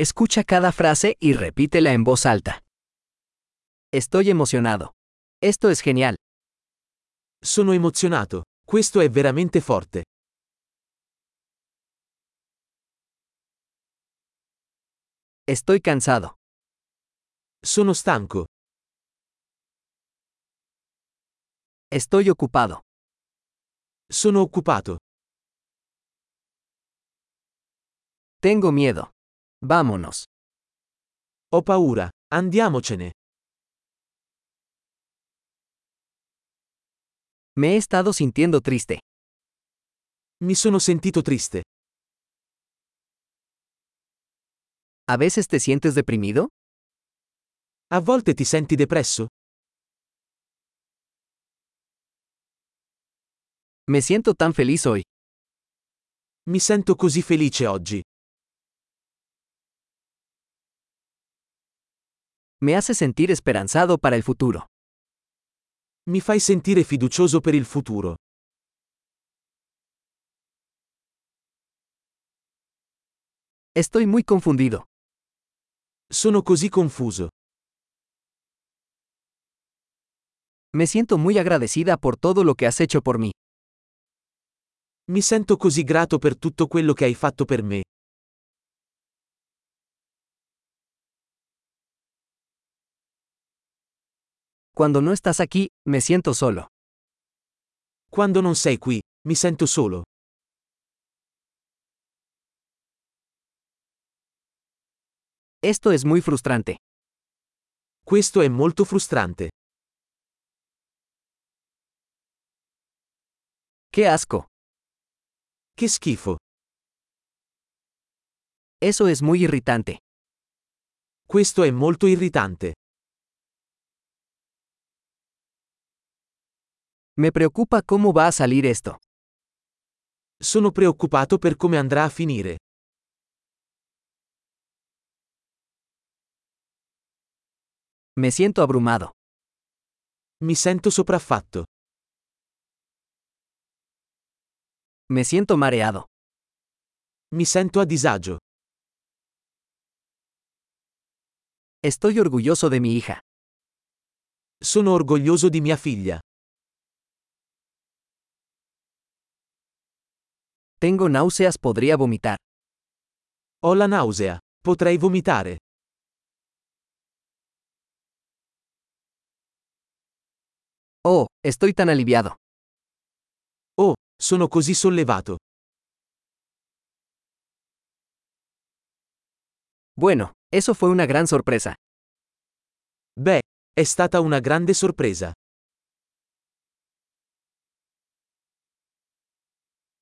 Escucha cada frase y repítela en voz alta. Estoy emocionado. Esto es genial. Sono emozionato. Questo è veramente forte. Estoy cansado. Sono stanco. Estoy ocupado. Sono occupato. Tengo miedo. Vámonos. Ho paura. Andiamocene. Me he estado sintiendo triste. Mi sono sentito triste. ¿A veces te sientes deprimido? A volte ti senti depresso? Me siento tan feliz hoy. Mi sento così felice oggi. Me hace sentir esperanzado para el futuro. Mi fai sentire fiducioso per il futuro. Estoy muy confundido. Sono così confuso. Me siento muy agradecida por todo lo que has hecho por mí. Mi sento così grato per tutto quello che hai fatto per me. Cuando no estás aquí, me siento solo. Quando non sei qui, mi sento solo. Esto es muy frustrante. Questo è molto frustrante. ¡Qué asco! Che schifo. Eso es muy irritante. Questo è molto irritante. Me preocupa cómo va a salir esto. Sono preoccupato per come andrà a finire. Me siento abrumado. Mi sento sopraffatto. Me siento mareado. Mi sento a disagio. Estoy orgulloso de mi hija. Sono orgoglioso di mia figlia. Tengo náuseas, podría vomitar. Ho la nausea. Potrei vomitare. Oh, estoy tan aliviado. Oh, sono così sollevato. Bueno, eso fue una gran sorpresa. Beh, è stata una grande sorpresa.